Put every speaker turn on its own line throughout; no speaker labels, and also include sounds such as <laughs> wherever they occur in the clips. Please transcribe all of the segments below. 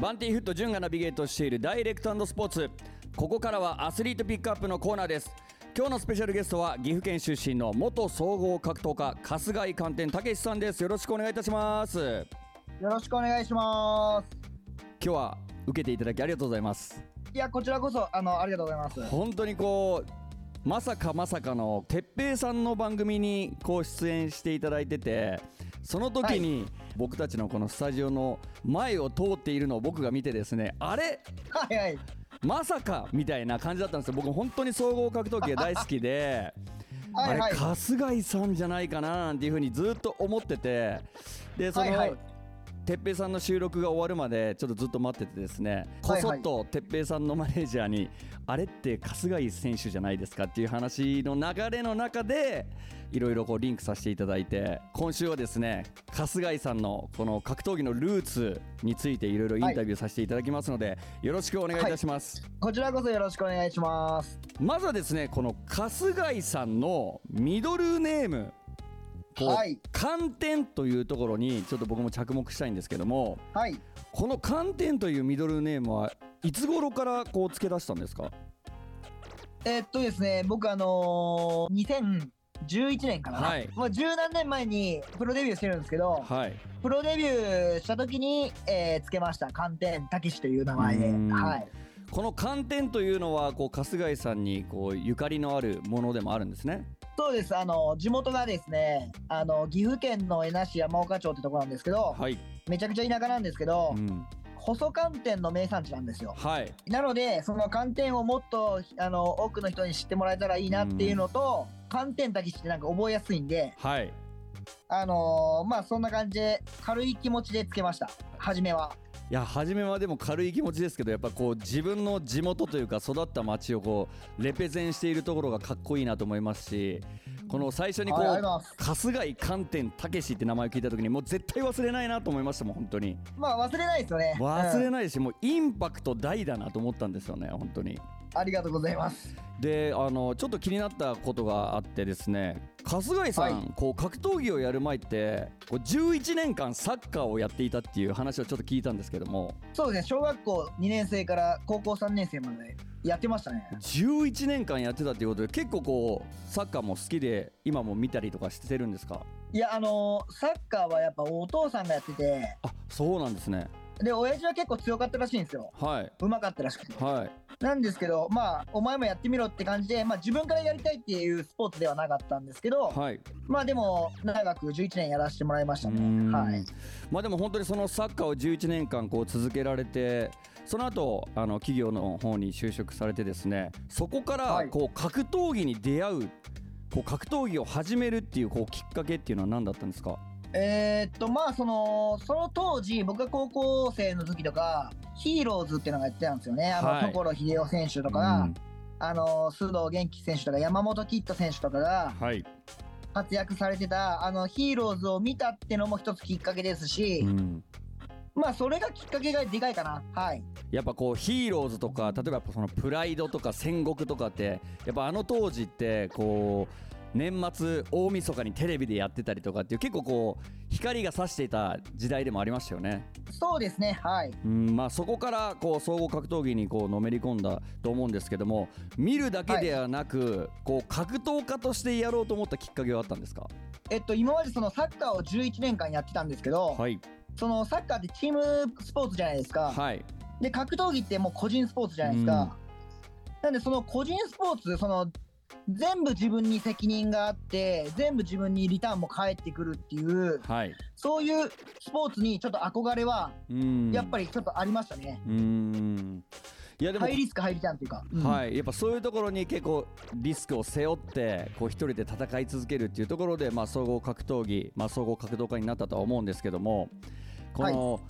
バンティーフット潤がナビゲートしているダイレクトスポーツここからはアスリートピックアップのコーナーです今日のスペシャルゲストは岐阜県出身の元総合格闘家春日井寛天武さんですよろしくお願いいたします
よろしくお願いします
今日は受けていただきありがとうございます
いやこちらこそあのありがとうございます
本当にこうまさかまさかの哲平さんの番組にこう出演していただいててその時に僕たちのこのスタジオの前を通っているのを僕が見てですねあれ
はいはい
まさかみたいな感じだったんですよ僕本当に総合格闘技が大好きで
<laughs> はいは
あ
い
れ春日井さんじゃないかななんていうふうにずっと思っててでその、
はいはい
てっぺいさんの収録が終わるまでちょっとずっと待っててですねこそっとてっぺいさんのマネージャーにあれって春日井選手じゃないですかっていう話の流れの中でいろいろこうリンクさせていただいて今週はですね春日井さんのこの格闘技のルーツについていろいろインタビューさせていただきますので、よろしくお願いいたします。
こちらこそよろしくお願いします
まずはですねこの春日井さんのミドルネームこう
はい
寒天というところにちょっと僕も着目したいんですけども
はい
この寒天というミドルネームはいつ頃からこう付け出したんですか
えっとですね僕あのー、2011年かな、
はい
もう十何年前にプロデビューしてるんですけど
はい
プロデビューした時に、えーつけました寒天たけしという名前で
うん
はい
この寒天というのはこう春日井さんにこうゆかりのあるものでもあるんですね
そうですあの地元がですねあの岐阜県の恵那市山岡町ってとこなんですけど
はい、
めちゃくちゃ田舎なんですけど、
うん、
細寒天の名産地なんですよ
はい
なのでその寒天をもっとあの多くの人に知ってもらえたらいいなっていうのと、寒天だけってなんか覚えやすいんで
はい
あのーまあそんな感じで軽い気持ちでつけました初めはい
や初めはでも軽い気持ちですけどやっぱこう自分の地元というか育った町をこうレペゼンしているところがかっこいいなと思いますしこの最初にこ
はいあり
う
がとうございます
春日井観点たけしって名前を聞いた時にもう絶対忘れないなと思いましたもん本当に
まあ忘れないですよね
忘れ
うん
ないしもうインパクト大だなと思ったんですよね本当に
ありがとうございます
であのちょっと気になったことがあってですね春日井さん、
は
こう格闘技をやる前ってこう11年間サッカーをやっていたっていう話をちょっと聞いたんですけども
そうですね小学校2年生から高校3年生までやってましたね
11年間やってたっていうことで結構こうサッカーも好きで今も見たりとかしてるんですか
いやあのーサッカーはやっぱお父さんがやってて
あそうなんですね
で親父は結構強かったらしいんですよ
はいう
まかったらしくて
はい
なんですけど、まあ、お前もやってみろって感じで、まあ、自分からやりたいっていうスポーツではなかったんですけど、
はい
まあ、でも、長く11年やらせてもらいました
うー
ね。
ん
はい。
まあでも本当にそのサッカーを11年間こう続けられてその後あの企業の方に就職されてですねそこか
は
ら
い
こう格闘技に出会うこう格闘技を始めるっていうこうきっかけっていうのは何だったんですか
えーっと、まあ、その、その当時、僕が高校生の時とか、ヒーローズっていうのがやってたんですよね。あの、
はい
所秀夫選手とか
う
が
ん、
あの、須藤元気選手とか、山本キッド選手とかが
はい、
活躍されてた、あの、ヒーローズを見たってのも一つきっかけですし
う、ん
まあ、それがきっかけがでかいかな。はい。
やっぱこうヒーローズとか例えばやっぱそのプライドとか戦国とかってやっぱあの当時ってこう年末大晦日にテレビでやってたりとかっていう結構こう光が差していた時代でもありましたよね。
そうですね。はい。
うんまあ、そこからこう総合格闘技にこうのめり込んだと思うんですけども見るだけではなく、こう格闘家としてやろうと思ったきっかけはあったんですか
えっと、今までそのサッカーを11年間やってたんですけど、
はい
そのサッカーってチームスポーツじゃないですか、
はい
で格闘技ってもう個人スポーツじゃないですか、なんでその個人スポーツその全部自分に責任があって全部自分にリターンも返ってくるっていう
はい
そういうスポーツにちょっと憧れは
うん
やっぱりちょっとありましたね、
りうんいやでも
ハイリスクハイリターンっていうか、うん
はい、やっぱそういうところに結構リスクを背負ってこう一人で戦い続けるっていうところで、まあ、総合格闘技、まあ、総合格闘家になったとは思うんですけどもこの、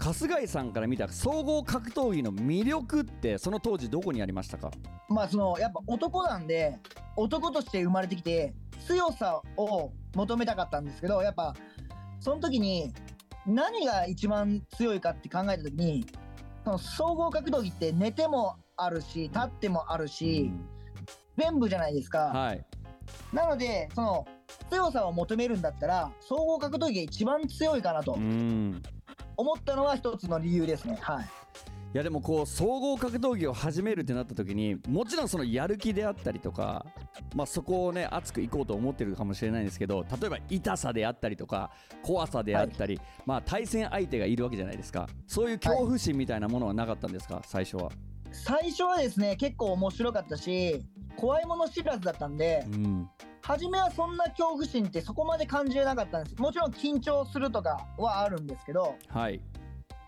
春日井さんから見た総合格闘技の魅力ってその当時どこにありましたか
まあそのやっぱ男なんで男として生まれてきて強さを求めたかったんですけどやっぱその時に何が一番強いかって考えた時にその総合格闘技って寝てもあるし立ってもあるし、全部じゃないですか、
はい
なのでその強さを求めるんだったら総合格闘技が一番強いかなと、
うん
思ったのは一つの理由ですね。はい。
いやでもこう総合格闘技を始めるってなった時にもちろんそのやる気であったりとか、まあ、そこをね熱くいこうと思ってるかもしれないんですけど例えば痛さであったりとか怖さであったり、まあ、対戦相手がいるわけじゃないですかそういう恐怖心みたいなものはなかったんですか最初は。
最初はですね、結構面白かったし、怖いもの知らずだったんで
う、ん
初めはそんな恐怖心ってそこまで感じれなかったんです。もちろん緊張するとかはあるんですけど、
はい、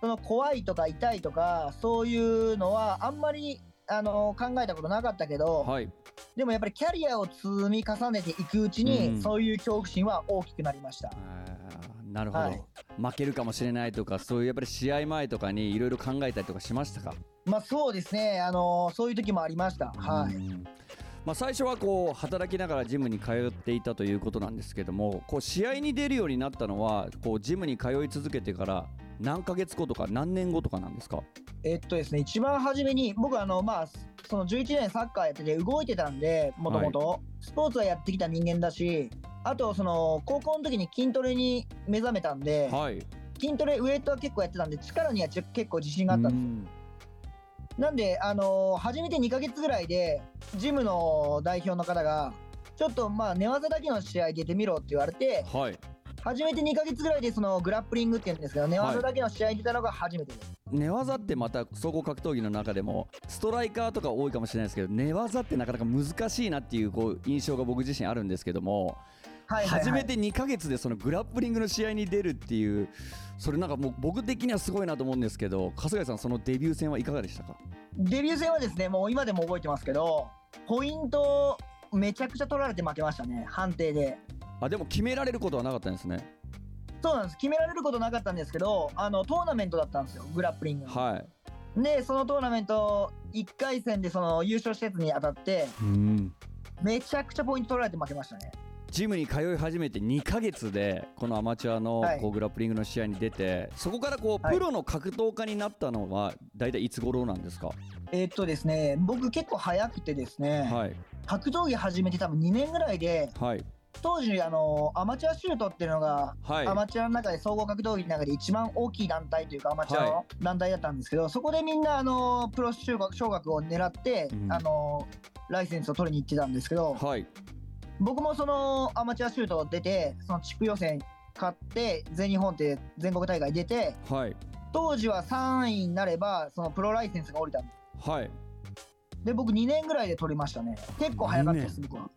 その怖いとか痛いとか、そういうのはあんまりあの考えたことなかったけど、
はい、
でもやっぱりキャリアを積み重ねていくうちに、
うん
そういう恐怖心は大きくなりました。
あーなるほど、
はい
負けるかもしれないとかそういうやっぱり試合前とかにいろいろ考えたりとかしましたか
まあそうですね、あのそういう時もありました。はい。
うんまあ、最初はこう働きながらジムに通っていたということなんですけどもこう試合に出るようになったのはこうジムに通い続けてから何ヶ月後とか何年後とかなんですか
えっとですね、一番初めに、僕あの、まあ、その11年サッカーやってて動いてたんで、もともと、スポーツはやってきた人間だし、あと、その、高校の時に筋トレに目覚めたんで、
はい
筋トレ、ウエイトは結構やってたんで、力にはちょ結構自信があったんです。なんで、あの初めて2ヶ月ぐらいで、ジムの代表の方が、ちょっとまあ、寝技だけの試合出てみろって言われて、
うんはい
初めて2ヶ月ぐらいで、その、グラップリングって言うんですけど、寝技だけの試合に出たのが初めてです。
寝技ってまた総合格闘技の中でもストライカーとか多いかもしれないですけど寝技ってなかなか難しいなっていうこう印象が僕自身あるんですけども、
はいはいはい
初めて2ヶ月でそのグラップリングの試合に出るっていうそれなんかもう僕的にはすごいなと思うんですけど春日井さんそのデビュー戦はいかがでしたか
デビュー戦はですね、もう今でも覚えてますけど、ポイントをめちゃくちゃ取られて負けましたね、判定で。
あでも決められることはなかったんですね
そうなんです、決められることなかったんですけど、あのトーナメントだったんですよ、グラップリングの。
はい
で、そのトーナメント、1回戦でその優勝施設に当たって、
うん
めちゃくちゃポイント取られて負けましたね。
ジムに通い始めて2ヶ月でこのアマチュアの
はい
こうグラップリングの試合に出てそこからこう
はい
プロの格闘家になったのは大体いつ頃なんですか
えっとですね、僕結構早くてですね、
はい
格闘技始めて多分2年ぐらいで、
はい
当時、あの、アマチュアシュートっていうのが
はい
アマチュアの中で総合格闘技の中で一番大きい団体というかアマチュア
は
の団体だったんですけど、そこでみんなあのプロ中学小学を狙って、
うん
あのライセンスを取りに行ってたんですけど
はい
僕もそのアマチュアシュート出てその地区予選勝って全日本って全国大会出て
はい
当時は3位になればそのプロライセンスが降りたんで
はい
すで僕2年ぐらいで取りましたね結構早かったです僕は。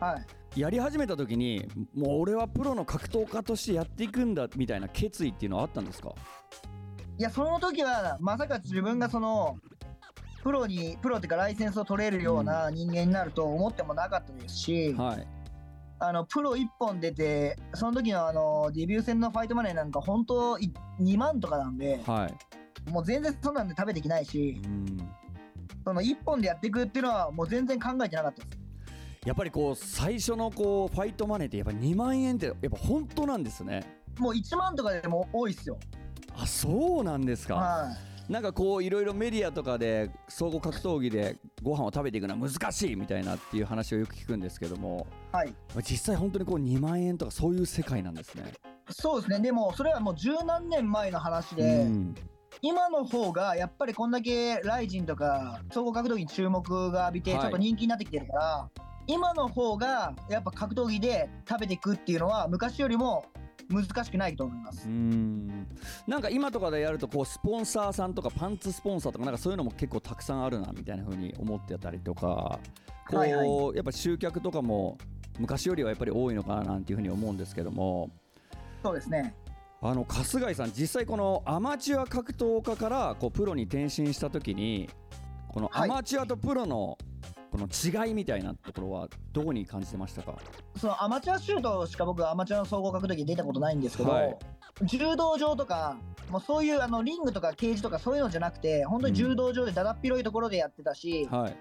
はい、
やり始めた時にもう俺はプロの格闘家としてやっていくんだみたいな決意っていうのはあったんですか
いやその時はまさか自分がそのプロにプロっていうかライセンスを取れるような人間になると思ってもなかったですし、
はい
あのプロ1本出てその時のあのデビュー戦のファイトマネーなんか本当い2万とかなんで、
はい
もう全然そんなんで食べてきないし
うん
その1本でやっていくっていうのはもう全然考えてなかったです
やっぱりこう最初のこうファイトマネーってやっぱ2万円ってやっぱ本当なんですね
もう1万とかでも多いっすよ
あそうなんですか、
は
なんかこういろいろメディアとかで総合格闘技でご飯を食べていくのは難しいみたいなっていう話をよく聞くんですけども
い、はい、
実際本当にこう2万円とかそういう世界なんですね。
そうですねでもそれはもう十何年前の話で、
うん
今の方がやっぱりこんだけライジンとか総合格闘技に注目が浴びてち
はい
ょっと人気になってきてるから、今の方がやっぱ格闘技で食べていくっていうのは昔よりも難しくないと思いま
う
す。
んなんか今とかでやるとこうスポンサーさんとかパンツスポンサーとかなんかそういうのも結構たくさんあるなみたいな風に思ってたりとかこう、
はいはい
やっぱ集客とかも昔よりはやっぱり多いのかななんていう風に思うんですけども
そうですね。
あの春日井さん実際このアマチュア格闘家からこうプロに転身した時にこの
は
ア
い
マチュアとプロのこの違いみたいなところはどこに感じてましたか、
そのアマチュアシュートしか僕アマチュアの総合格闘技出たことないんですけど、
はい
柔道場とかもうそういうあのリングとかケージとかそういうのじゃなくて本当に柔道場でだだっ広いところでやってたし、
はい、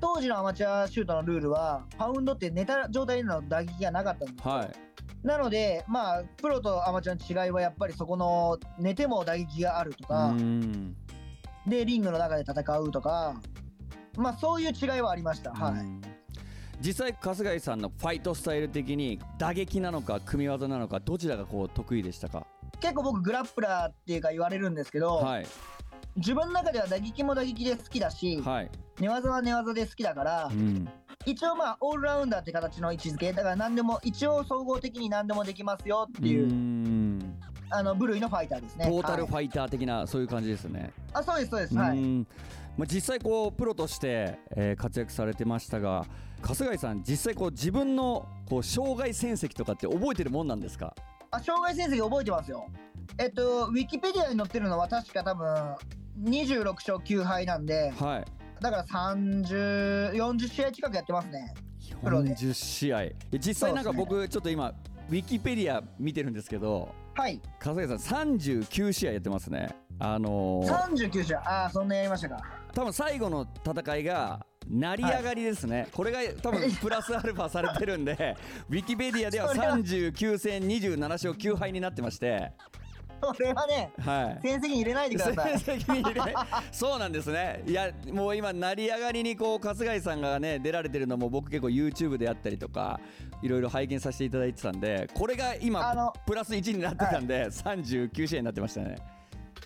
当時のアマチュアシュートのルールはパウンドって寝た状態での打撃がなかったんです
はい、
なので、まあ、プロとアマチュアの違いはやっぱりそこの寝ても打撃があると
う
か、
ん
で、リングの中で戦うとか、まあ、そういう違いはありました。は
う
い。
ん実際春日井さんのファイトスタイル的に打撃なのか組み技なのかどちらがこう得意でしたか
結構僕グラップラーっていうか言われるんですけど、
はい
自分の中では打撃も打撃で好きだし、
はい、
寝技は寝技で好きだから
う、ん、
一応まあオールラウンダーって形の位置づけだから何でも一応総合的に何でもできますよっていう、
ん
あの部類のファイターですね
トータル
はい
ファイター的な、そういう感じですね。
あそうですそうですは
う
い
んまあ、実際こうプロとして、えー活躍されてましたが春日井さん実際こう自分のこう障害戦績とかって覚えてるもんなんですか
あ障害成績覚えてますよえっとウィキペディアに載ってるのは確か多分26勝9敗なんで
はい
だから3040試合近くやってますねプロで
40試合え実際なんか
そうですね
僕ちょっと今ウィキペディア見てるんですけど
はい
春日井さん39試合やってますねあのー、
39試合ああそんなやりましたか <laughs>
多分最後の戦いが成り上がりですね、これが多分プラスアルファされてるんでウィキペディアでは
それは
39戦27勝9敗になってまして
これはね
はい
成績に入れないで
<laughs>
ください
成績に入れそうなんですねいやもう今成り上がりにこう春日井さんがね出られてるのも僕結構 YouTube であったりとかいろいろ拝見させていただいてたんでこれが
あ
今
の
プラス1になってたんで、39試合になってましたね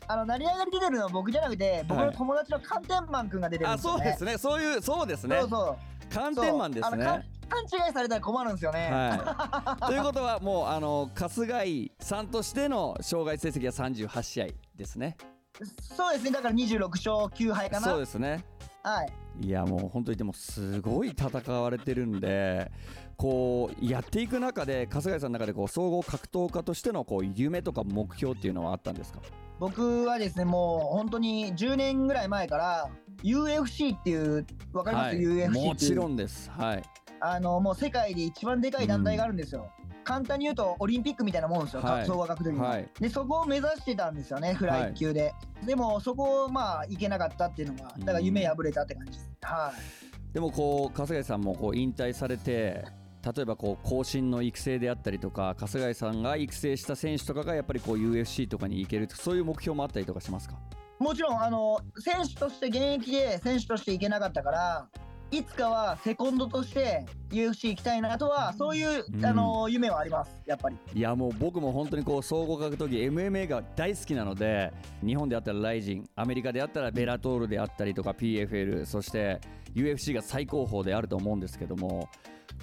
あの成り上がり出てるのは僕じゃなくて僕
は
の
い
友達の寒天マン君が出てるん
あ
ですよ、ね
そうですねそういうそうですね
そうそう
寒天マンです
そう
ね
あの勘勘違いされたら困るんですよね、
はい、ということはもうあの春日井さんとしての障害成績は38試合ですね。
そうですねだから26勝9敗かな
そうですね。
はい
いやもう本当にでもすごい戦われてるんでこうやっていく中で春日井さんの中でこう総合格闘家としてのこう夢とか目標っていうのはあったんですか
僕はですねもう本当に10年ぐらい前から UFC っていうわかります、
はい、
UFC っていう
もちろんです。はい、
あのもう世界で一番でかい団体があるんですよ、簡単に言うとオリンピックみたいなもんですよ、
はい
総合格闘技の、
はい
でそこを目指してたんですよねフライ級で、でもそこをまあいけなかったっていうのがだから夢破れたって感じです、はい
でもこう春日井さんもこう引退されて例えばこう後進の育成であったりとか春日井さんが育成した選手とかがやっぱりこう UFC とかに行けるとそういう目標もあったりとかしますか
もちろんあの選手として現役で選手としていけなかったからいつかはセコンドとして UFC 行きたいなとはそういう、
うん
あの夢はありますやっぱり
いやもう僕も本当にこう総合格闘技 MMA が大好きなので日本であったらライジンアメリカであったらベラトールであったりとか PFL そして UFC が最高峰であると思うんですけども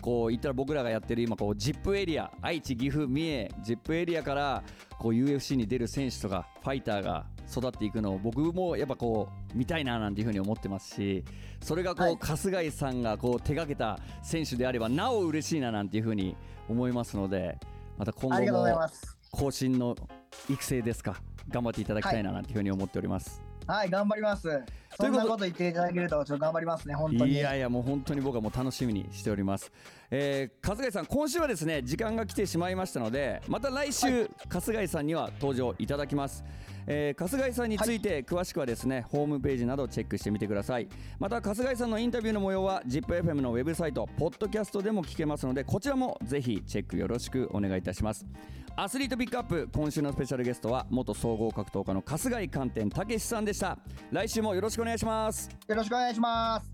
こう言ったら僕らがやってる今こうジップエリア愛知岐阜三重ジップエリアからこう UFC に出る選手とかファイターが育っていくのを僕もやっぱこう見たいななんていうふうに思ってますしそれがこう、
はい
春日井さんがこう手掛けた選手であればなお嬉しいななんていうふうに思いますのでまた今
あり
後
がとうござい
も
ます
更新の育成ですか頑張っていただきたいななんていうふうに思っております、
はい頑張ります
とい
そ
うんこと
なこと言っていただけるとちょっと頑張りますね本当
い、
に
やいやもう本当に僕はもう楽しみにしております、えー、春日井さん今週はですね時間が来てしまいましたのでまた来週、春日井さんには登場いただきます、えー、春日井さんについて詳しくはですね、ホームページなどチェックしてみてくださいまた春日井さんのインタビューの模様は ZIPFM のウェブサイトポッドキャストでも聞けますのでこちらもぜひチェックよろしくお願いいたしますアスリートピックアップ今週のスペシャルゲストは元総合格闘家の春日井寛天武さんでした来週もよろしくお願いします
よろしくお願いします